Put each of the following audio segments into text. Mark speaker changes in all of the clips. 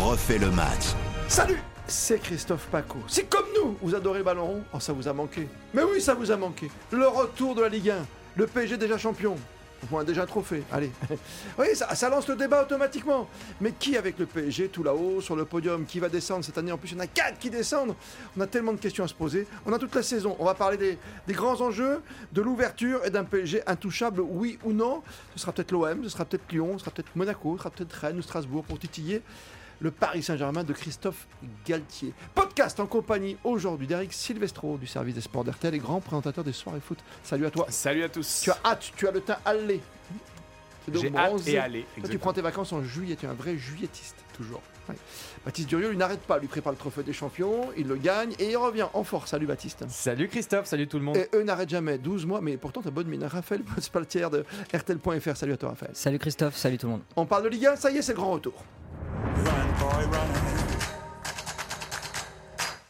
Speaker 1: refait le match.
Speaker 2: Salut c'est Christophe Paco. Si comme nous, vous adorez le ballon rond, oh, ça vous a manqué. Mais oui, ça vous a manqué. Le retour de la Ligue 1, le PSG déjà champion. Enfin, déjà un trophée, allez. oui, ça, ça lance le débat automatiquement. Mais qui avec le PSG tout là-haut, sur le podium, qui va descendre cette année En plus, il y en a quatre qui descendent. On a tellement de questions à se poser. On a toute la saison. On va parler des, des grands enjeux, de l'ouverture et d'un PSG intouchable, oui ou non. Ce sera peut-être l'OM, ce sera peut-être Lyon, ce sera peut-être Monaco, ce sera peut-être Rennes ou Strasbourg pour titiller le Paris Saint-Germain de Christophe Galtier. Podcast en compagnie aujourd'hui d'Eric Silvestro du service des sports d'RTL et grand présentateur des soirées foot. Salut à toi.
Speaker 3: Salut à tous.
Speaker 2: Tu as hâte, tu as le teint allé. C'est donc
Speaker 3: J'ai hâte
Speaker 2: bronzé.
Speaker 3: et aller.
Speaker 2: Toi, tu
Speaker 3: exactement.
Speaker 2: prends tes vacances en juillet, tu es un vrai juilletiste, toujours. Ouais. Baptiste Durieux, lui, n'arrête pas, lui prépare le trophée des champions, il le gagne et il revient en force. Salut Baptiste.
Speaker 4: Salut Christophe, salut tout le monde.
Speaker 2: Et eux n'arrêtent jamais, 12 mois, mais pourtant t'as bonne mine. Raphaël Paltière de RTL.fr, salut à toi Raphaël.
Speaker 5: Salut Christophe, salut tout le monde.
Speaker 2: On parle de Ligue 1, ça y est, c'est le grand retour.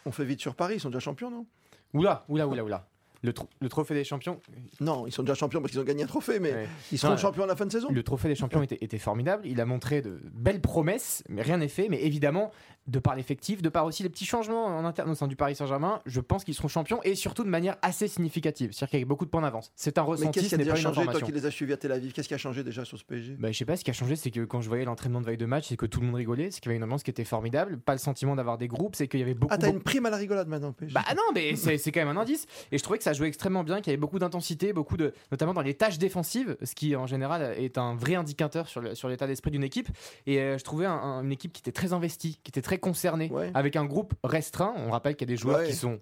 Speaker 2: On fait vite sur Paris, ils sont déjà champions, non
Speaker 4: Oula, oula, oula, oula. Le, tro- le trophée des champions,
Speaker 2: Non, ils sont déjà champions parce qu'ils ont gagné un trophée, mais
Speaker 4: Ouais.
Speaker 2: ils seront
Speaker 4: Non,
Speaker 2: champions à la fin de saison.
Speaker 4: le trophée des champions était, était formidable. Il a montré de belles promesses, mais rien n'est fait. Mais évidemment, de par l'effectif, de par aussi les petits changements en interne au sein du Paris Saint-Germain, je pense qu'ils seront champions et surtout de manière assez significative, c'est-à-dire qu'avec beaucoup de points d'avance. C'est un
Speaker 2: Mais
Speaker 4: ressenti,
Speaker 2: qu'est-ce qui
Speaker 4: ce
Speaker 2: a
Speaker 4: n'est
Speaker 2: déjà
Speaker 4: pas une
Speaker 2: changé, toi
Speaker 4: information.
Speaker 2: qui les as suivis à Tel Aviv Qu'est-ce qui a changé déjà sur ce PSG
Speaker 4: Bah, je sais pas, ce qui a changé, c'est que quand je voyais l'entraînement de veille de match, c'est que tout le monde rigolait, c'est qu'il y avait une ambiance qui était formidable, pas le sentiment d'avoir des groupes, c'est qu'il y avait beaucoup,
Speaker 2: Ah, t'as
Speaker 4: beaucoup-
Speaker 2: une prime à la rigolade maintenant, au PSG
Speaker 4: Bah ah non, mais c'est c'est quand même un indice. Et je trouvais que ça jouait extrêmement bien, qu'il y avait beaucoup d'intensité, beaucoup de, notamment dans les tâches défensives, ce qui en général est un vrai indicateur sur le- sur l'état d'esprit d'une équipe. Et euh, je trouvais un- un- une équipe qui était très investie, qui était très concernée,
Speaker 2: Ouais.
Speaker 4: avec un groupe restreint. On rappelle qu'il y a des joueurs
Speaker 2: Ouais.
Speaker 4: qui sont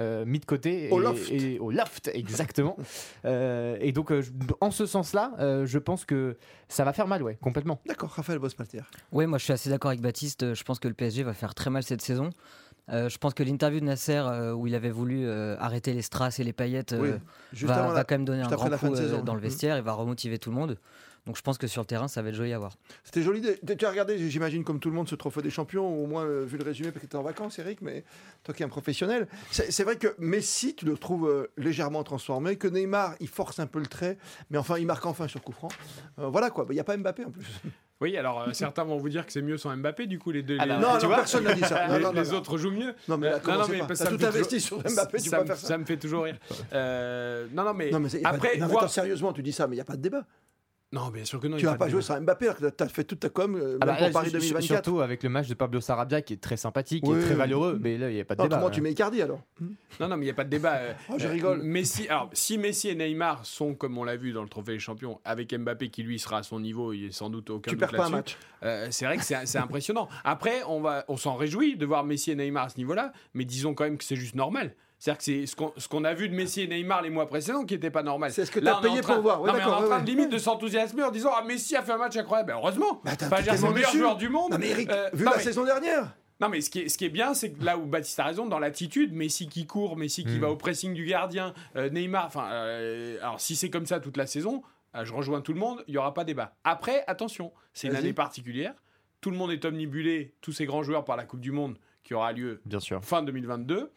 Speaker 4: euh, mis de côté et,
Speaker 2: Au loft.
Speaker 4: et au loft, exactement. Euh, et donc, euh, je- en ce sens-là, euh, je pense que ça va faire mal, ouais, complètement.
Speaker 2: D'accord, Raphaël Bospalter.
Speaker 5: Ouais, moi je suis assez d'accord avec Baptiste. euh, Je pense que le PSG va faire très mal cette saison. Euh, je pense que l'interview de Nasser euh, où il avait voulu euh, arrêter les strass et les paillettes euh,
Speaker 2: Oui, juste
Speaker 5: va,
Speaker 4: bah,
Speaker 2: avant
Speaker 5: va
Speaker 2: la-
Speaker 5: quand même donner un
Speaker 2: juste après
Speaker 5: grand
Speaker 2: la fin
Speaker 5: coup
Speaker 2: de
Speaker 5: euh,
Speaker 2: saison. Mm.
Speaker 5: dans le vestiaire et va remotiver tout le monde. Donc je pense que sur le terrain ça va être joli à voir.
Speaker 2: C'était joli. de- de- Tu as regardé, j'imagine, comme tout le monde, ce trophée des champions, ou au moins euh, vu le résumé, parce que t'es en vacances, Eric, mais toi qui es un professionnel. C'est c'est vrai que Messi, tu le trouves euh, légèrement transformé, que Neymar, il force un peu le trait, mais enfin, il marque enfin sur coup franc. Euh, voilà quoi, il n'y a pas Mbappé en plus.
Speaker 3: Oui, alors euh, certains vont vous dire que c'est mieux sans Mbappé, du coup, les deux.
Speaker 4: Ah
Speaker 3: les-
Speaker 4: bah,
Speaker 3: les-
Speaker 2: non,
Speaker 3: tu
Speaker 2: non,
Speaker 3: vois,
Speaker 2: personne n'a dit ça. Non,
Speaker 3: les,
Speaker 2: non, non,
Speaker 3: les
Speaker 2: non.
Speaker 3: autres jouent mieux.
Speaker 2: Non, mais
Speaker 3: Euh,
Speaker 2: là, commencez
Speaker 3: mais
Speaker 2: pas.
Speaker 3: parce
Speaker 2: T'as
Speaker 3: que ça
Speaker 2: tout
Speaker 3: me fait
Speaker 2: investi sur Mbappé, tu peux
Speaker 3: ça,
Speaker 2: pas
Speaker 3: me-
Speaker 2: faire ça.
Speaker 3: ça me fait toujours rire. Euh, non, non, mais,
Speaker 2: Non, mais c'est- y a pas de-
Speaker 3: après,
Speaker 2: non, mais
Speaker 3: voir-
Speaker 2: attends, sérieusement, tu dis ça, mais il n'y a pas de débat.
Speaker 3: non, bien sûr que non.
Speaker 2: tu
Speaker 3: il y a
Speaker 2: vas pas
Speaker 3: de
Speaker 2: jouer
Speaker 3: débat.
Speaker 2: sur Mbappé alors que t'as fait toute ta com euh, même
Speaker 4: Ah bah,
Speaker 2: pour
Speaker 4: là,
Speaker 2: Paris
Speaker 4: sur- sur-
Speaker 2: 2024.
Speaker 4: Surtout avec le match de Pablo Sarabia qui est très sympathique, qui
Speaker 2: Oui.
Speaker 4: est très valeureux, mais là, il n'y a pas de
Speaker 2: Non,
Speaker 4: débat.
Speaker 2: autrement, tu mets Icardi alors.
Speaker 3: Non, non, mais il n'y a pas de débat. euh,
Speaker 2: Oh, je
Speaker 3: euh,
Speaker 2: rigole.
Speaker 3: Messi, alors, si Messi et Neymar sont, comme on l'a vu dans le Trophée des Champions, avec Mbappé qui lui sera à son niveau, il n'y a sans doute aucun
Speaker 2: Tu
Speaker 3: doute
Speaker 2: perds pas un
Speaker 3: là-dessus.
Speaker 2: match.
Speaker 3: Euh, c'est vrai que c'est c'est impressionnant. Après, on, va, on s'en réjouit de voir Messi et Neymar à ce niveau-là, mais disons quand même que c'est juste normal. C'est-à-dire que c'est ce qu'on ce qu'on a vu de Messi et Neymar les mois précédents qui n'était pas normal.
Speaker 2: C'est ce que
Speaker 3: Là,
Speaker 2: t'as
Speaker 3: on est en
Speaker 2: payé
Speaker 3: train-
Speaker 2: pour voir. Ouais,
Speaker 3: non, mais on est
Speaker 2: d'accord,
Speaker 3: en train
Speaker 2: ouais,
Speaker 3: de limite de s'enthousiasmer en disant Ah, Messi a fait un match incroyable. Ben, heureusement
Speaker 2: Bah, t'as-
Speaker 3: Enfin,
Speaker 2: t'es
Speaker 3: c'est le meilleur
Speaker 2: déçu.
Speaker 3: joueur du monde.
Speaker 2: Non, mais Eric,
Speaker 3: Euh,
Speaker 2: vu
Speaker 3: non,
Speaker 2: la
Speaker 3: mais-
Speaker 2: saison dernière.
Speaker 3: non, mais ce qui est, ce qui est bien, c'est que là où Baptiste a raison, dans l'attitude, Messi qui court, Messi qui
Speaker 2: Hmm.
Speaker 4: Mm.
Speaker 3: va au pressing du gardien, euh, Neymar, enfin, euh, alors si c'est comme ça toute la saison, euh, je rejoins tout le monde, il n'y aura pas débat. Après, attention, c'est une
Speaker 2: Vas-y.
Speaker 3: année particulière, tout le monde est omnibulé, tous ces grands joueurs par la Coupe du Monde qui aura lieu
Speaker 4: Bien sûr.
Speaker 3: fin 2022.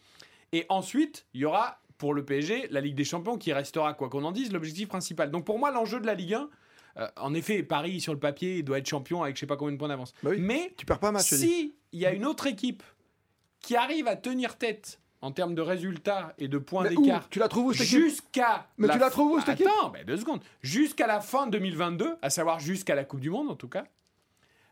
Speaker 3: Et ensuite, il y aura pour le PSG la Ligue des Champions qui restera, quoi qu'on en dise, l'objectif principal. Donc pour moi, l'enjeu de la Ligue 1, euh, en effet, Paris sur le papier il doit être champion avec je sais pas combien de points d'avance.
Speaker 2: Bah oui.
Speaker 3: Mais
Speaker 2: Tu perds pas un match. je dis.
Speaker 3: si il y a une autre équipe qui arrive à tenir tête en termes de résultats et de points
Speaker 2: Mais où
Speaker 3: d'écart
Speaker 2: Tu la trouves où cette équipe
Speaker 3: jusqu'à
Speaker 2: Mais tu la
Speaker 3: fin-
Speaker 2: trouves où, cette équipe
Speaker 3: Attends, ben, deux secondes. Jusqu'à la fin 2022, à savoir jusqu'à la Coupe du Monde en tout cas,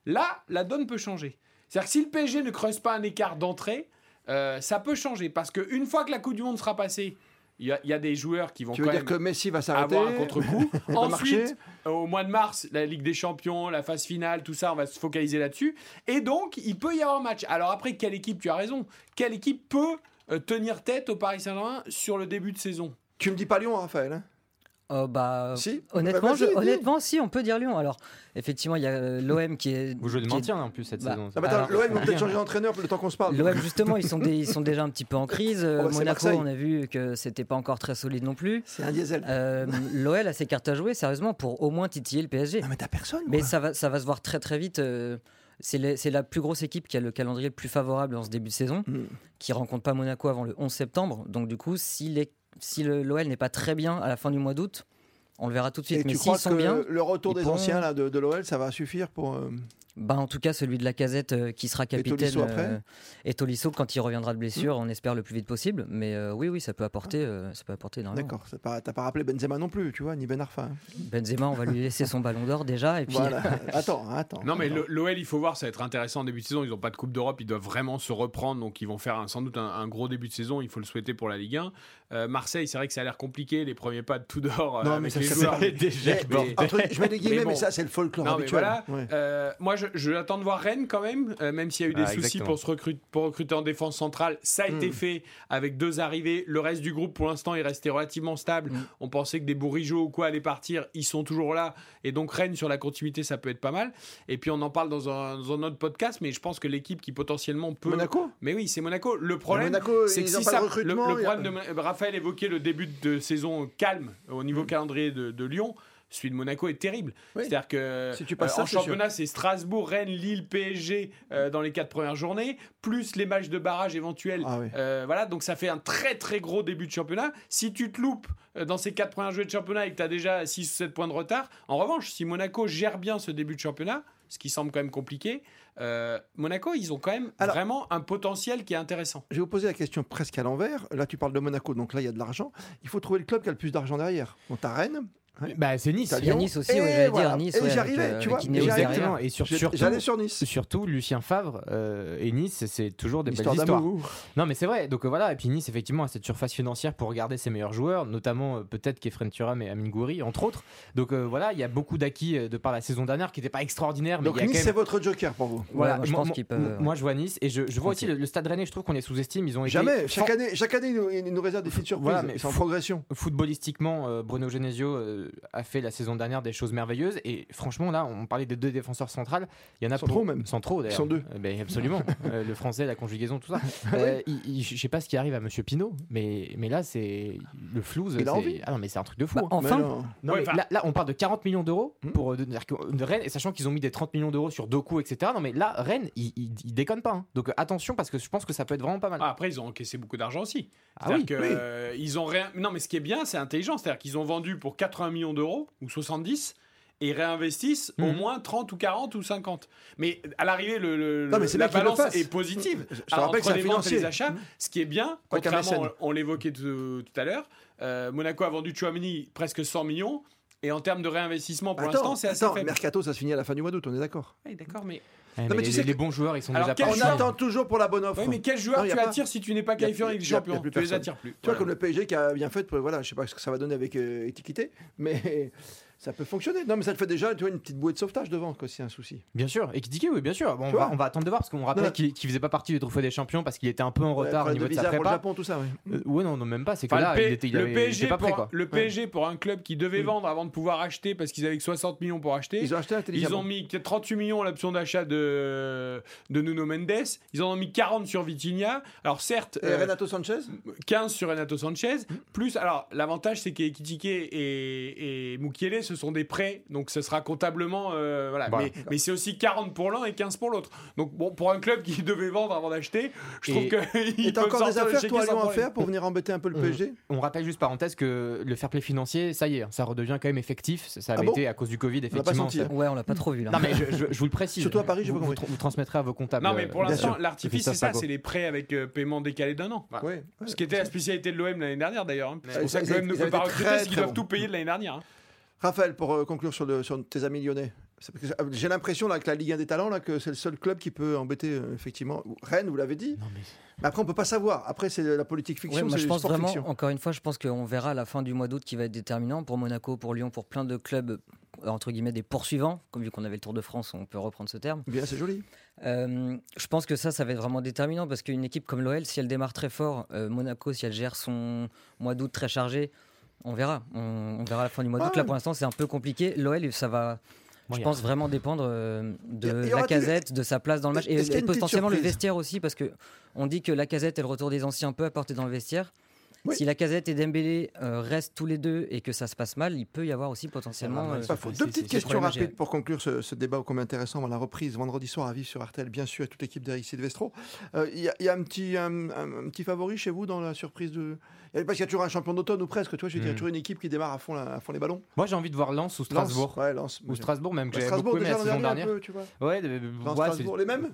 Speaker 3: là, la donne peut changer. C'est-à-dire que si le PSG ne creuse pas un écart d'entrée, euh, ça peut changer parce que une fois que la Coupe du Monde sera passée, il y, a- il y a des joueurs qui vont
Speaker 2: Tu
Speaker 3: quand
Speaker 2: veux dire
Speaker 3: même
Speaker 2: que Messi va s'arrêter
Speaker 3: avoir un contre-coup.
Speaker 2: va marcher.
Speaker 3: Ensuite, au mois de mars, la Ligue des Champions, la phase finale, tout ça, on va se focaliser là-dessus. Et donc, il peut y avoir un match. Alors après, quelle équipe, tu as raison, quelle équipe peut euh, tenir tête au Paris Saint-Germain sur le début de saison
Speaker 2: Tu me dis pas Lyon, Raphaël. hein
Speaker 5: Oh, bah,
Speaker 2: Si.
Speaker 5: honnêtement,
Speaker 2: Bah, vas-y,
Speaker 5: je-
Speaker 2: dis.
Speaker 5: honnêtement si on peut dire Lyon. Alors effectivement il y a l'OM qui est
Speaker 4: Vous jouez le
Speaker 5: qui est-
Speaker 4: maintien en plus cette
Speaker 5: Bah,
Speaker 4: saison.
Speaker 2: Ah bah attends,
Speaker 5: Alors,
Speaker 2: L'OM va peut-être changer d'entraîneur le temps qu'on se parle.
Speaker 5: L'OM justement ils sont, des- ils sont déjà un petit peu en crise. Euh,
Speaker 2: Oh, bah, c'est
Speaker 5: Monaco
Speaker 2: Marseille.
Speaker 5: on a vu que c'était pas encore très solide non plus.
Speaker 2: C'est un diesel.
Speaker 5: Euh, L'OL a ses cartes à jouer sérieusement pour au moins titiller le PSG.
Speaker 2: Non mais t'as personne.
Speaker 5: Mais
Speaker 2: quoi.
Speaker 5: ça va, ça va se voir très très vite. euh, C'est le- c'est la plus grosse équipe qui a le calendrier le plus favorable en ce début de saison,
Speaker 2: Mm.
Speaker 5: qui rencontre pas Monaco avant le 11 septembre. Donc du coup, si les- si le- l'OL n'est pas très bien à la fin du mois d'août, on le verra tout de suite.
Speaker 2: Et
Speaker 5: Mais
Speaker 2: tu
Speaker 5: s'ils
Speaker 2: crois
Speaker 5: sont
Speaker 2: que
Speaker 5: bien,
Speaker 2: le retour
Speaker 5: ils
Speaker 2: des
Speaker 5: pourront-
Speaker 2: anciens là, de, de l'OL, ça va suffire pour. euh,
Speaker 5: Bah, en tout cas, celui de la casette euh, qui sera capitaine.
Speaker 2: Tolisso après Mm.
Speaker 5: euh, et Tolisso, quand il reviendra de blessure, on espère le plus vite possible. Mais euh, oui, oui, ça peut apporter, euh, ça peut apporter énormément.
Speaker 2: D'accord, c'est pas- t'as pas rappelé Benzema non plus, tu vois, ni Ben Arfa. hein.
Speaker 5: Benzema, on va lui laisser son ballon d'or déjà. Et puis,
Speaker 2: Voilà. attends, attends.
Speaker 3: Non, mais
Speaker 2: attends.
Speaker 3: le- l'OL, il faut voir, ça va être intéressant en début de saison. Ils n'ont pas de Coupe d'Europe, ils doivent vraiment se reprendre. Donc, ils vont faire un- sans doute un, un gros début de saison. Il faut le souhaiter pour la Ligue 1. Euh, Marseille, c'est vrai que ça a l'air compliqué. Les premiers pas de Tudor. euh,
Speaker 2: Non, mais
Speaker 3: avec
Speaker 2: ça,
Speaker 3: les
Speaker 2: ça
Speaker 3: joueurs.
Speaker 2: fait
Speaker 4: déjà
Speaker 2: Mais- entre- je mets des guillemets,
Speaker 3: Mais
Speaker 2: mais,
Speaker 3: bon.
Speaker 2: ça, c'est le folklore
Speaker 3: Non, mais
Speaker 2: habituel.
Speaker 3: voilà.
Speaker 2: Ouais.
Speaker 3: Euh, moi, je, je l'attends de voir Rennes quand même, euh, même s'il y a eu des
Speaker 4: Ah,
Speaker 3: soucis
Speaker 4: exactement.
Speaker 3: pour, se recrute- pour recruter en défense centrale. Ça a été
Speaker 2: Mm.
Speaker 3: fait avec deux arrivées. Le reste du groupe, pour l'instant, est resté relativement stable.
Speaker 5: Mm.
Speaker 3: On pensait que des bourrigeaux ou quoi allaient partir. Ils sont toujours là. Et donc, Rennes, sur la continuité, ça peut être pas mal. Et puis, on en parle dans un, dans un autre podcast, mais je pense que l'équipe qui potentiellement peut.
Speaker 2: Monaco
Speaker 3: Mais oui, c'est Monaco. Le problème,
Speaker 2: Monaco,
Speaker 3: c'est que
Speaker 2: ils ont
Speaker 3: si
Speaker 2: pas
Speaker 3: ça,
Speaker 2: de
Speaker 3: le, le
Speaker 2: recrutement. il y a-
Speaker 3: problème de Ma- Raphaël évoquait le début de saison calme au niveau calendrier de, de Lyon. Celui de Monaco est terrible.
Speaker 2: Oui.
Speaker 3: C'est-à-dire que euh,
Speaker 2: Si tu passes ça,
Speaker 3: en
Speaker 2: c'est sûr. Mm.
Speaker 3: championnat, c'est Strasbourg, Rennes, Lille, PSG euh, dans les quatre premières journées, plus les matchs de barrage éventuels.
Speaker 2: Ah oui.
Speaker 3: Euh, voilà, donc ça fait un très très gros début de championnat. Si tu te loupes euh, dans ces quatre premières journées de championnat et que tu as déjà 6 ou 7 points de retard, en revanche, si Monaco gère bien ce début de championnat, ce qui semble quand même compliqué, euh, Monaco, ils ont quand même
Speaker 2: Alors-
Speaker 3: vraiment un potentiel qui est intéressant.
Speaker 2: Je vais vous poser la question presque à l'envers. Là, tu parles de Monaco, donc là, il y a de l'argent. Il faut trouver le club qui a le plus d'argent derrière. Donc, t'as Rennes.
Speaker 4: Bah, c'est Nice.
Speaker 2: T'as
Speaker 5: il y a
Speaker 2: Lyon.
Speaker 5: Nice aussi,
Speaker 2: Et
Speaker 5: ouais, j'allais
Speaker 2: voilà.
Speaker 5: dire Nice.
Speaker 2: Et
Speaker 5: ouais,
Speaker 2: j'y
Speaker 5: avec,
Speaker 2: arrivais,
Speaker 5: euh,
Speaker 2: tu
Speaker 5: avec
Speaker 2: vois,
Speaker 5: Ineos
Speaker 2: j'y arrivais.
Speaker 5: derrière.
Speaker 4: Exactement. Et sur-
Speaker 2: J'ai-
Speaker 4: surtout,
Speaker 2: J'allais sur Nice.
Speaker 4: surtout, Lucien Favre euh, et Nice, c'est toujours des belles histoires.
Speaker 2: d'amour.
Speaker 4: Non, mais c'est vrai. Donc euh, voilà. Et puis Nice, effectivement, a cette surface financière pour garder ses meilleurs joueurs, notamment euh, peut-être Kefren Thuram et Amin Goury, entre autres. Donc euh, voilà, il y a beaucoup d'acquis euh, de par la saison dernière qui n'était pas extraordinaire, mais
Speaker 2: Donc,
Speaker 4: il y a
Speaker 2: Nice,
Speaker 4: quand
Speaker 2: c'est
Speaker 4: même.
Speaker 2: votre joker pour vous.
Speaker 5: Ouais,
Speaker 4: Voilà,
Speaker 5: moi, je
Speaker 4: moi-
Speaker 5: pense
Speaker 4: moi-
Speaker 5: qu'ils peuvent.
Speaker 4: Moi, je vois Nice et je, je vois aussi le,
Speaker 5: Tranquille.
Speaker 4: le Stade Rennais. Je trouve qu'on les sous-estime. Ils ont été
Speaker 2: Jamais. Chaque
Speaker 4: for-
Speaker 2: année, chaque année, ils nous, ils nous réserve des petites surprises.
Speaker 4: Voilà, mais
Speaker 2: c'est en
Speaker 4: faut-
Speaker 2: progression.
Speaker 4: footballistiquement, euh, Bruno Genesio euh, a fait la saison dernière des choses merveilleuses. Et franchement, là, on parlait des deux défenseurs centrales. Il y en a
Speaker 2: Centraux
Speaker 4: pour-
Speaker 2: même.
Speaker 4: Centraux d'ailleurs.
Speaker 2: Ils sont deux. Ah
Speaker 4: Euh, ben, absolument. Euh, le français, la conjugaison, tout ça. Euh, il- il- Je sais pas ce qui arrive à Monsieur Pinault, mais, mais là, c'est le flouze.
Speaker 2: Il a
Speaker 4: c'est-
Speaker 2: envie.
Speaker 4: Ah non, mais c'est un truc de fou.
Speaker 5: Bah,
Speaker 4: hein.
Speaker 5: enfin,
Speaker 2: Mais non.
Speaker 4: Non,
Speaker 3: Ouais,
Speaker 4: mais
Speaker 3: enfin-
Speaker 4: là, là, on parle de 40 millions d'euros
Speaker 2: Hmm.
Speaker 4: pour euh, de, c'est-à-dire que, de Rennes, et sachant qu'ils ont mis des 30 millions d'euros sur deux coups, etc. Non, mais là, Rennes, il, il- il déconne pas. hein. Donc euh, attention, parce que je pense que ça peut être vraiment pas mal.
Speaker 3: Ah, après, ils ont encaissé beaucoup d'argent aussi.
Speaker 4: Ah
Speaker 3: C'est-à-dire
Speaker 4: oui.
Speaker 3: que,
Speaker 2: oui.
Speaker 3: euh, ils ont rien. Non, mais ce qui est bien, c'est intelligent. C'est-à-dire qu'ils ont vendu pour 80 millions d'euros ou 70 et réinvestissent au
Speaker 4: Mhm.
Speaker 2: Hmm.
Speaker 3: moins 30 ou 40 ou 50. Mais à l'arrivée, le, le-
Speaker 2: Non, mais
Speaker 3: le-
Speaker 2: c'est
Speaker 3: la
Speaker 2: bien qu'ils le
Speaker 3: balance
Speaker 2: fassent.
Speaker 3: est positive.
Speaker 2: Je te
Speaker 3: Ah,
Speaker 2: rappelle que
Speaker 3: entre
Speaker 2: c'est
Speaker 3: les
Speaker 2: un
Speaker 3: ventes et
Speaker 2: financier. Hmm.
Speaker 3: les achats, ce qui est bien,
Speaker 2: Pas qu'un
Speaker 3: contrairement,
Speaker 2: mécène.
Speaker 3: on l'évoquait tout, tout à l'heure, euh, Monaco a vendu Chouamini presque 100 millions. Et en termes de réinvestissement, pour
Speaker 2: Attends,
Speaker 3: l'instant, c'est assez
Speaker 2: attends,
Speaker 3: faible.
Speaker 2: mercato, ça se finit à la fin du mois d'août, on est d'accord.
Speaker 3: Ouais, Ah D'accord, mais...
Speaker 4: Eh, mais
Speaker 2: mais tu
Speaker 4: les,
Speaker 2: sais
Speaker 4: les
Speaker 2: que-
Speaker 4: bons joueurs, ils sont
Speaker 3: Alors,
Speaker 4: déjà
Speaker 3: quel
Speaker 4: partis.
Speaker 2: On
Speaker 3: joueur-
Speaker 2: attend toujours pour la bonne offre.
Speaker 3: Oui, mais quel joueur
Speaker 2: Non, y a
Speaker 3: tu
Speaker 2: pas-
Speaker 3: attires si tu n'es pas
Speaker 2: y a-
Speaker 3: qualifié en Ligue
Speaker 2: y a-
Speaker 3: des
Speaker 2: y a plus
Speaker 3: Champions Tu les
Speaker 2: personne.
Speaker 3: attires plus.
Speaker 2: Tu vois,
Speaker 3: Voilà.
Speaker 2: comme le PSG qui a bien fait, pour- voilà, je sais pas ce que ça va donner avec euh, Étiquité, mais ça peut fonctionner. Non, mais ça te fait déjà, tu vois, une petite bouée de sauvetage devant, quand c'est un souci.
Speaker 4: Bien sûr, et Kitike, oui, bien sûr. Bon, on,
Speaker 2: Tu
Speaker 4: va,
Speaker 2: vois
Speaker 4: on va attendre de voir parce qu'on
Speaker 2: Non.
Speaker 4: rappelle qu'il qu'il faisait pas partie du trophée des champions parce qu'il était un peu en retard
Speaker 2: Ouais, problème
Speaker 4: au niveau de
Speaker 2: de
Speaker 4: sa
Speaker 2: visa pour le
Speaker 4: prépa.
Speaker 2: Japon, tout ça, ouais.
Speaker 4: Euh, ouais, non, non, même pas. C'est que
Speaker 3: Enfin,
Speaker 4: là,
Speaker 3: le, P-
Speaker 4: il était, il
Speaker 3: le
Speaker 4: avait- il
Speaker 3: PSG
Speaker 4: était pas prêt.
Speaker 3: pour,
Speaker 4: Quoi.
Speaker 3: le PSG pour un club qui devait vendre avant de pouvoir acheter parce qu'ils avaient que 60 millions pour acheter. Ils
Speaker 2: Ils
Speaker 3: ont,
Speaker 2: ont acheté intelligemment.
Speaker 3: mis 38 millions à l'option d'achat de, de Nuno Mendes. Ils en ont mis 40 sur Vitinha. Alors certes,
Speaker 2: Et
Speaker 3: euh,
Speaker 2: Renato Sanchez
Speaker 3: 15 sur Renato Sanchez. Plus, alors l'avantage c'est qu'Ekitike et, et Mukiele, ce sont des prêts. Donc ce sera comptablement... euh, voilà.
Speaker 4: Voilà.
Speaker 3: Mais, mais c'est aussi 40 pour l'un et 15 pour l'autre. Donc bon, pour un club qui devait vendre avant d'acheter, je
Speaker 4: Et-
Speaker 3: trouve que...
Speaker 2: Et
Speaker 3: ils
Speaker 2: t'as
Speaker 3: peuvent
Speaker 2: encore des
Speaker 3: sortir le
Speaker 2: affaires,
Speaker 3: chéquier
Speaker 2: toi, à
Speaker 3: sans
Speaker 2: Lyon, à
Speaker 3: problème.
Speaker 2: faire pour venir embêter un peu le
Speaker 4: On-
Speaker 2: PSG
Speaker 4: On rappelle juste parenthèse que le fair play financier, ça y est, ça redevient quand même effectif. Ça ça avait
Speaker 2: Ah bon
Speaker 4: été à cause du Covid,
Speaker 2: pas
Speaker 4: effectivement.
Speaker 2: senti,
Speaker 4: ça-
Speaker 2: hein.
Speaker 5: Ouais, on l'a pas trop vu là.
Speaker 4: Non, mais je, je- je vous le précise.
Speaker 2: Surtout à Paris, j'ai
Speaker 4: vous,
Speaker 2: pas
Speaker 4: vous,
Speaker 2: compris.
Speaker 4: tra- vous transmettrez à vos comptables.
Speaker 3: Non, mais pour
Speaker 4: euh, bien
Speaker 3: l'instant,
Speaker 4: sûr.
Speaker 3: l'artifice, c'est
Speaker 4: Christophe
Speaker 3: ça,
Speaker 4: Paco.
Speaker 3: c'est les prêts avec euh, paiement décalé d'un an. Voilà.
Speaker 2: Ouais.
Speaker 3: Ce qui était la spécialité de l'OM l'année dernière, d'ailleurs. hein. C'est
Speaker 2: Ouais,
Speaker 3: pour ça
Speaker 2: ils
Speaker 3: que l'OM
Speaker 2: étaient-
Speaker 3: ne
Speaker 2: ils
Speaker 3: peut
Speaker 2: avaient
Speaker 3: pas
Speaker 2: été
Speaker 3: recruter
Speaker 2: très,
Speaker 3: parce qu'ils
Speaker 2: très
Speaker 3: doivent
Speaker 2: bons.
Speaker 3: tout payer de l'année dernière. hein.
Speaker 2: Raphaël, pour euh, conclure sur, le, sur tes amis lyonnais. C'est parce que j'ai- J'ai l'impression là que la Ligue 1 des talents là que c'est le seul club qui peut embêter euh, effectivement Rennes, vous l'avez dit.
Speaker 4: Non, mais-
Speaker 2: Mais après on peut pas savoir. Après c'est la politique
Speaker 5: Ouais,
Speaker 2: fiction,
Speaker 5: moi,
Speaker 2: c'est
Speaker 5: je
Speaker 2: le
Speaker 5: pense
Speaker 2: sport
Speaker 5: vraiment,
Speaker 2: fiction.
Speaker 5: encore une fois, je pense qu'on verra la fin du mois d'août qui va être déterminant pour Monaco, pour Lyon, pour plein de clubs, euh, entre guillemets, des poursuivants. Comme vu qu'on avait le Tour de France, on peut reprendre ce terme.
Speaker 2: Eh Bien, c'est joli.
Speaker 5: Euh, je pense que ça, ça va être vraiment déterminant parce qu'une équipe comme l'OL, si elle démarre très fort, euh, Monaco, si elle gère son mois d'août très chargé, on verra. On, on verra la fin du mois d'août.
Speaker 2: Ouais.
Speaker 5: Là, pour l'instant, c'est un peu compliqué. L'OL, ça va.
Speaker 4: Bon,
Speaker 5: je
Speaker 4: y a-
Speaker 5: pense vraiment dépendre euh, de
Speaker 2: Y a- y
Speaker 5: la
Speaker 2: aura-t-il-
Speaker 5: casette, de sa place dans le match et,
Speaker 2: Est-ce qu'il y a
Speaker 5: et
Speaker 2: une petite
Speaker 5: potentiellement le
Speaker 2: surprise
Speaker 5: vestiaire aussi, parce que on dit que la casette est le retour des anciens peut apporter dans le vestiaire.
Speaker 2: Oui.
Speaker 5: Si la casette et Dembélé euh, restent tous les deux et que ça se passe mal, il peut y avoir aussi potentiellement.
Speaker 4: mal,
Speaker 5: euh,
Speaker 4: ça.
Speaker 2: Pas
Speaker 4: Ah, c'est
Speaker 2: faux.
Speaker 4: pas-
Speaker 2: Bah, Deux
Speaker 4: c'est-
Speaker 2: petites
Speaker 4: c'est
Speaker 2: questions
Speaker 5: problématique.
Speaker 2: rapides pour conclure ce, ce débat ô combien intéressant à la reprise vendredi soir à vivre sur RTL, bien sûr, et toute l'équipe d'Aristide Vestro. Euh, Il y, a- il y a un petit, un, un- un petit favori chez vous dans la surprise de. il y a- Parce qu'il y a toujours un champion d'automne ou presque, tu vois, je veux dire, il y a
Speaker 4: Mm.
Speaker 2: toujours une équipe qui démarre à fond, la- à fond les ballons.
Speaker 4: Moi, j'ai envie de voir Lens ou
Speaker 2: Lens,
Speaker 4: Strasbourg.
Speaker 2: Ouais, Lens.
Speaker 4: Ou Strasbourg, même, que
Speaker 2: Ouais,
Speaker 4: j'avais
Speaker 2: Strasbourg,
Speaker 4: beaucoup aimé
Speaker 2: déjà
Speaker 4: la
Speaker 2: l'an
Speaker 4: saison
Speaker 2: dernier, un
Speaker 4: dernière.
Speaker 2: peu, tu vois.
Speaker 4: Ouais, de- de-
Speaker 2: Lens,
Speaker 4: ouais, c'est-
Speaker 2: Strasbourg, les mêmes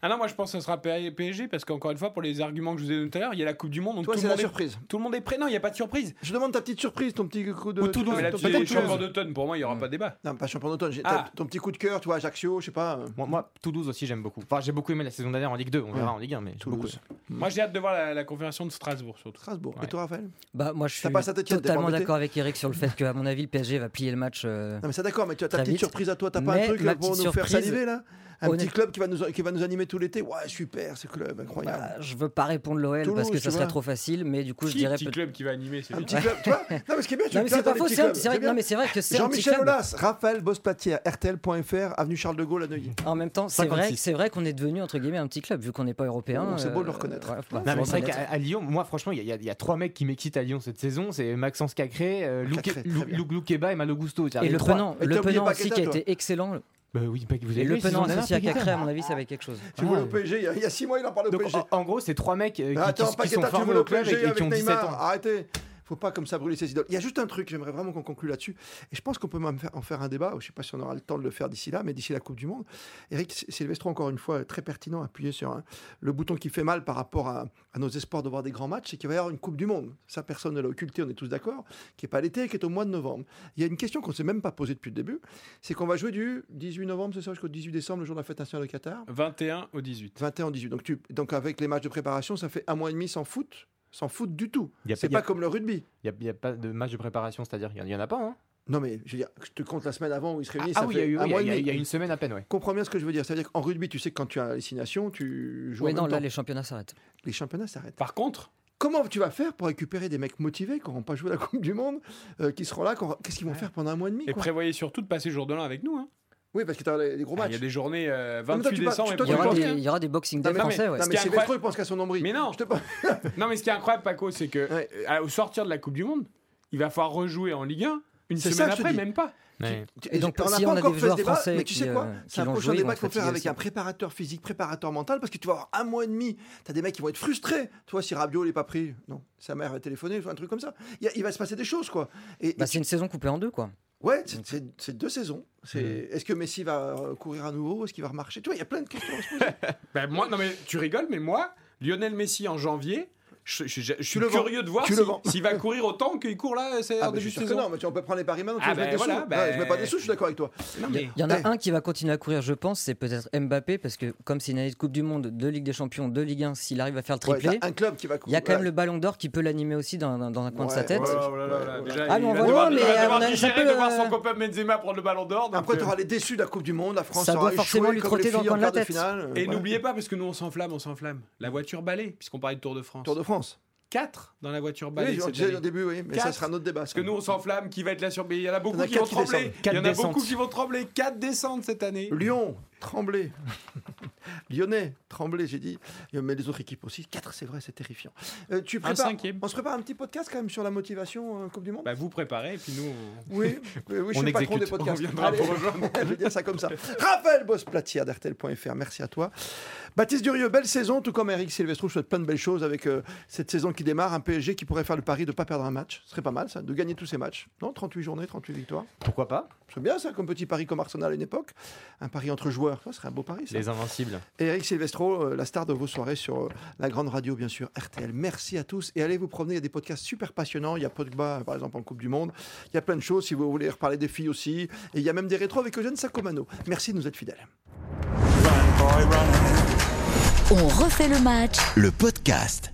Speaker 3: Ah non, moi je pense que ce sera P- PSG parce qu'encore une fois, pour les arguments que je vous ai donnés tout à l'heure, il y a la Coupe du Monde, donc
Speaker 2: Toi,
Speaker 3: tout,
Speaker 2: c'est
Speaker 3: le
Speaker 2: la
Speaker 3: monde est,
Speaker 2: surprise.
Speaker 3: tout le monde est prêt. Non, il n'y a pas de surprise.
Speaker 2: Je demande ta petite surprise, ton petit coup de.
Speaker 3: Ou tout le monde
Speaker 2: ton-
Speaker 3: est
Speaker 2: ton-
Speaker 3: là-dessus. Les
Speaker 2: ton-
Speaker 3: champions d'automne, pour moi, il n'y aura
Speaker 4: Mm.
Speaker 3: pas de débat.
Speaker 2: Non, pas champion d'automne, j'ai-
Speaker 3: Ah.
Speaker 2: t'as- ton petit coup de cœur, tu vois, Ajaccio, je sais pas. euh,
Speaker 4: Moi, moi, Toulouse aussi, j'aime beaucoup. Enfin, j'ai beaucoup aimé la saison dernière en Ligue 2. On verra
Speaker 2: Ouais.
Speaker 4: en Ligue 1, mais j'ai beaucoup
Speaker 2: Toulouse.
Speaker 4: aimé.
Speaker 3: Moi, j'ai hâte de voir la, la confirmation de Strasbourg surtout.
Speaker 2: Strasbourg.
Speaker 3: Ouais.
Speaker 2: Et toi, Raphaël
Speaker 5: Bah, moi, je
Speaker 2: Ça
Speaker 5: suis
Speaker 2: passe à Tetienne, t'es pas
Speaker 5: totalement
Speaker 2: embêté Ah,
Speaker 5: d'accord avec Eric sur le fait qu'à mon avis, le PSG va plier le match. euh,
Speaker 2: Non, mais ça d'accord, mais tu as ta
Speaker 5: Très
Speaker 2: petite
Speaker 5: vite.
Speaker 2: surprise à toi, t'as pas un
Speaker 5: Mais
Speaker 2: truc
Speaker 5: ma
Speaker 2: pour nous
Speaker 5: petite
Speaker 2: faire
Speaker 5: surprise,
Speaker 2: saliver là Un petit
Speaker 5: honnête-
Speaker 2: club qui va, nous, qui va nous animer tout l'été Ouais, super, ce club, incroyable.
Speaker 5: bah, je veux pas répondre l'OL
Speaker 2: Toulouse,
Speaker 5: parce que
Speaker 2: tu
Speaker 5: ça serait
Speaker 2: vois.
Speaker 5: trop facile, mais du coup, je
Speaker 3: Qui,
Speaker 5: dirais.
Speaker 3: petit
Speaker 5: peut-
Speaker 3: club qui va animer, c'est
Speaker 2: un
Speaker 3: bien.
Speaker 2: petit club, tu vois Non, mais ce qui est bien, tu
Speaker 5: Bah, Non,
Speaker 2: me
Speaker 5: mais
Speaker 2: plains
Speaker 5: c'est
Speaker 2: dans
Speaker 5: pas
Speaker 2: les
Speaker 5: faux,
Speaker 2: petits
Speaker 5: c'est un-
Speaker 2: clubs,
Speaker 5: c'est vrai,
Speaker 2: bien.
Speaker 5: non, mais c'est vrai que c'est un petit
Speaker 2: Jean-Michel
Speaker 5: club.
Speaker 2: Aulas, Raphaël Bosplatière, RTL.fr, avenue Charles de Gaulle à Neuilly.
Speaker 5: En même temps, c'est
Speaker 4: 56.
Speaker 5: vrai, c'est vrai qu'on est devenu entre guillemets un petit club vu qu'on n'est pas européen.
Speaker 2: Oh, c'est beau de le reconnaître.
Speaker 5: voilà, faut-
Speaker 2: Non,
Speaker 5: faut
Speaker 4: Non, mais c'est vrai
Speaker 5: reconnaître.
Speaker 4: qu'à à Lyon, moi, franchement, il y, a- il y a- il y a trois mecs qui m'excitent à Lyon cette saison. C'est Maxence Cacré, euh, Luke,
Speaker 2: Ah, Cacré, très
Speaker 4: Lu-
Speaker 2: bien.
Speaker 4: Luke Loukeba et Malo Gusto. C'est-à-dire
Speaker 5: Et
Speaker 4: les
Speaker 5: le
Speaker 4: trois-
Speaker 5: penant,
Speaker 2: Et t'as
Speaker 5: le
Speaker 2: oublié
Speaker 5: penant aussi
Speaker 2: Paqueta,
Speaker 5: qui a
Speaker 2: toi.
Speaker 5: été excellent.
Speaker 4: Bah oui, pas- vous avez
Speaker 5: Et le
Speaker 4: vu, saison
Speaker 5: penant
Speaker 4: dernière,
Speaker 5: associé à
Speaker 4: Paqueta.
Speaker 5: Cacré, à mon avis, ça avait quelque chose.
Speaker 2: Tu voulais
Speaker 4: Ah.
Speaker 2: au PSG, il y a- il y a six mois, il en parlait au
Speaker 4: Donc,
Speaker 2: PSG.
Speaker 4: en, en gros, c'est trois mecs euh, qui, qui-
Speaker 2: Bah, Attends,
Speaker 4: qui sont
Speaker 2: Paqueta, tu
Speaker 4: formés
Speaker 2: voulais
Speaker 4: au
Speaker 2: au
Speaker 4: club et,
Speaker 2: PSG
Speaker 4: et qui
Speaker 2: avec
Speaker 4: ont 17
Speaker 2: Neymar
Speaker 4: ans.
Speaker 2: Arrêtez faut pas comme ça brûler ses idoles. Il y a juste un truc, j'aimerais vraiment qu'on conclue là-dessus. Et je pense qu'on peut même faire- en faire un débat. Je sais pas si on aura le temps de le faire d'ici là, mais d'ici la Coupe du Monde. Eric Silvestro, encore une fois, très pertinent, appuyé sur un- le bouton qui fait mal par rapport à, à nos espoirs de voir des grands matchs, c'est qu'il va y avoir une Coupe du Monde. Ça, personne ne l'a occulté, on est tous d'accord, qui n'est pas l'été, qui est au mois de novembre. Il y a une question qu'on ne s'est même pas posée depuis le début, c'est qu'on va jouer du 18 novembre, c'est ça, jusqu'au 18 décembre, le jour de la fête nationale au Qatar.
Speaker 3: 21 au 18.
Speaker 2: 21-18. Donc, tu, donc avec les matchs de préparation, ça fait un mois et demi sans foot, sans foot du tout.
Speaker 4: Il y a-
Speaker 2: C'est
Speaker 4: il y a-
Speaker 2: pas comme le rugby.
Speaker 4: Il n'y a, pas de match de préparation, c'est-à-dire il n'y en a pas. Hein.
Speaker 2: Non mais je veux dire, je te compte la semaine avant où ils se
Speaker 4: Ah,
Speaker 2: réunissent.
Speaker 4: ah
Speaker 2: ça
Speaker 4: oui, il y
Speaker 2: fait
Speaker 4: a eu-
Speaker 2: un
Speaker 4: il y,
Speaker 2: mois
Speaker 4: a-
Speaker 2: et
Speaker 4: il y a-
Speaker 2: demi.
Speaker 4: il y a une semaine à peine, ouais.
Speaker 2: Comprends bien ce que je veux dire. C'est-à-dire qu'en rugby, tu sais que quand tu as hallucination, tu joues. en
Speaker 5: Oui,
Speaker 2: même
Speaker 5: non, là,
Speaker 2: temps.
Speaker 5: les championnats s'arrêtent.
Speaker 2: les championnats s'arrêtent.
Speaker 3: Par contre,
Speaker 2: Comment tu vas faire pour récupérer des mecs motivés qui n'auront pas joué la Coupe du Monde, euh, qui seront là, qui auront- qu'est-ce qu'ils vont faire pendant un mois et demi
Speaker 3: et
Speaker 2: quoi
Speaker 3: prévoyez surtout de passer jour de l'an avec nous. hein.
Speaker 2: Oui, parce que tu as les, les gros
Speaker 3: Ah,
Speaker 2: matchs.
Speaker 3: Il y a des journées euh,
Speaker 2: mais toi,
Speaker 3: 28
Speaker 2: tu pars-
Speaker 3: décembre
Speaker 2: tu-
Speaker 3: et
Speaker 2: toi,
Speaker 5: Il y,
Speaker 2: tu
Speaker 3: 1er
Speaker 5: aura
Speaker 2: penses
Speaker 5: des,
Speaker 3: janvier.
Speaker 5: il y aura des boxing
Speaker 2: Non,
Speaker 5: day
Speaker 2: mais-
Speaker 5: français, ouais.
Speaker 2: Non mais
Speaker 3: Ce qui est
Speaker 2: c'est
Speaker 3: incroyable-
Speaker 2: Vestro, il pense qu'à son nombril.
Speaker 3: Mais non.
Speaker 2: Je te parle-
Speaker 3: Non, mais ce qui est incroyable, Paco, c'est que
Speaker 2: Ouais.
Speaker 3: à- au sortir de la Coupe du Monde, il va falloir rejouer en Ligue 1 une
Speaker 2: C'est ça
Speaker 3: semaine
Speaker 2: que je te
Speaker 3: après,
Speaker 2: dis.
Speaker 3: même pas.
Speaker 2: Tu-
Speaker 5: Et donc,
Speaker 2: on n'a
Speaker 5: si
Speaker 2: pas
Speaker 5: on a
Speaker 2: encore
Speaker 5: des
Speaker 2: fait ce
Speaker 5: joueurs
Speaker 2: débat,
Speaker 5: français
Speaker 2: mais tu
Speaker 5: qui,
Speaker 2: sais quoi
Speaker 5: euh,
Speaker 2: C'est un
Speaker 5: qui vont
Speaker 2: prochain
Speaker 5: jouer, ils
Speaker 2: débat
Speaker 5: vont
Speaker 2: qu'il faut
Speaker 5: fatiguer
Speaker 2: faire avec
Speaker 5: aussi.
Speaker 2: un préparateur physique, préparateur mental, parce que tu vas avoir un mois et demi. Tu as des mecs qui vont être frustrés. Toi, si Rabiot n'est pas pris, non, sa mère va téléphoner, un truc comme ça. Il, y a- il va se passer des choses, quoi. Et, et
Speaker 5: Bah,
Speaker 2: tu-
Speaker 5: c'est une saison coupée en deux, quoi.
Speaker 2: ouais, c'est- c'est c'est deux saisons. C'est-
Speaker 5: Mm.
Speaker 2: Est-ce que Messi va euh, courir à nouveau Est-ce qu'il va remarcher Tu vois, il y a plein de questions à se poser.
Speaker 3: Ben, moi, non, mais tu rigoles, mais moi, Lionel Messi en janvier, je, je- je- je suis
Speaker 2: le vends.
Speaker 3: curieux de voir
Speaker 2: Tu
Speaker 3: si-
Speaker 2: le vends.
Speaker 3: s'il va courir autant qu'il court là c'est
Speaker 2: Ah,
Speaker 3: en
Speaker 5: bah,
Speaker 2: mais je
Speaker 3: début
Speaker 2: suis
Speaker 3: de
Speaker 2: sûr que
Speaker 3: saison.
Speaker 2: non, mais tu- on peut prendre les paris maintenant. tu
Speaker 3: Ah,
Speaker 2: veux que je mette
Speaker 3: ben,
Speaker 2: des
Speaker 3: voilà,
Speaker 2: sous.
Speaker 3: ben,
Speaker 2: Ouais, je mets pas des sous, je suis d'accord avec toi.
Speaker 3: Non,
Speaker 5: Il
Speaker 3: mais-
Speaker 5: y, en a
Speaker 2: Eh.
Speaker 5: un qui va continuer à courir, je pense, c'est peut-être Mbappé, parce que comme c'est une année de Coupe du Monde, de Ligue des Champions, de Ligue 1, s'il arrive à faire le
Speaker 2: Ouais,
Speaker 5: triplé,
Speaker 2: t'as un club qui va
Speaker 5: il y a quand même le ballon d'or qui peut l'animer aussi dans, dans- dans un coin de sa
Speaker 2: Ouais,
Speaker 5: tête.
Speaker 3: Oh là
Speaker 2: ouais.
Speaker 3: là là là, déjà,
Speaker 5: Ah,
Speaker 3: il
Speaker 5: mais on
Speaker 3: va
Speaker 5: va-
Speaker 3: devoir-
Speaker 5: ouais,
Speaker 3: il
Speaker 5: mais
Speaker 3: va devoir
Speaker 5: on a- ça
Speaker 3: digérer
Speaker 5: peut,
Speaker 3: de voir
Speaker 5: euh,
Speaker 3: son copain Benzema prendre le ballon d'or. donc,
Speaker 2: Après, tu
Speaker 3: euh,
Speaker 2: auras les déçus de la Coupe du Monde. La France
Speaker 5: Ça
Speaker 2: aura
Speaker 5: doit forcément
Speaker 2: échoué
Speaker 5: lui
Speaker 2: comme
Speaker 5: trotter
Speaker 2: les
Speaker 5: dans le
Speaker 2: filles en
Speaker 5: coin de la
Speaker 2: quart de
Speaker 5: tête.
Speaker 2: finale.
Speaker 3: Et
Speaker 2: Voilà.
Speaker 3: n'oubliez pas, parce que nous on s'enflamme, on s'enflamme. La voiture balai, puisqu'on parlait de Tour de France.
Speaker 2: Tour de France.
Speaker 3: 4 dans la voiture
Speaker 2: Oui,
Speaker 3: balai.
Speaker 2: on
Speaker 3: cette
Speaker 2: disait
Speaker 3: année.
Speaker 2: au début, oui, mais ça
Speaker 3: Quatre.
Speaker 2: sera un autre débat.
Speaker 3: Parce que nous, on s'enflamme. Qui va être la surprise Il y en a beaucoup
Speaker 2: Il y en a
Speaker 3: qui
Speaker 2: quatre
Speaker 3: vont
Speaker 2: qui
Speaker 3: trembler.
Speaker 2: descendent.
Speaker 3: Il y en a
Speaker 4: Quatre
Speaker 3: beaucoup
Speaker 4: descentes.
Speaker 3: qui vont trembler. 4 descentes cette année.
Speaker 2: Lyon, Tremblay. Lyonnais, Tremblay, j'ai dit. Euh, Mais les autres équipes aussi. 4, c'est vrai, c'est terrifiant. Euh, tu
Speaker 3: Un
Speaker 2: prépares.
Speaker 3: cinquième.
Speaker 2: On se prépare un petit podcast quand même sur la motivation euh, Coupe du Monde
Speaker 3: Bah, vous préparez, et puis nous, on,
Speaker 2: Oui, oui, oui, je
Speaker 4: On
Speaker 2: suis le patron des
Speaker 4: exécute.
Speaker 3: on
Speaker 2: podcasts.
Speaker 3: viendra
Speaker 2: Allez,
Speaker 3: vous rejoindre.
Speaker 2: je vais dire ça comme ça. Raphaël Bosplatière d'RTL.fr, merci à toi. Baptiste Durieux, belle saison, tout comme Eric Silvestro, je souhaite plein de belles choses avec euh, cette saison qui démarre. Un PSG qui pourrait faire le pari de ne pas perdre un match. Ce serait pas mal ça, de gagner tous ces matchs. Non, 38 journées, 38 victoires.
Speaker 4: Pourquoi pas
Speaker 2: C'est bien ça, comme petit pari comme Arsenal à une époque. Un pari entre joueurs, ça serait un beau pari. Ça.
Speaker 4: Les Invincibles.
Speaker 2: Et Eric Silvestro, euh, la star de vos soirées sur euh, la grande radio, bien sûr, RTL. Merci à tous et allez vous promener. Il y a des podcasts super passionnants. Il y a Pogba, par exemple, en Coupe du Monde. Il y a plein de choses si vous voulez reparler des filles aussi. Et il y a même des rétros avec Eugène Sacomano. Merci de nous être fidèles.
Speaker 1: On refait le match.
Speaker 6: le podcast.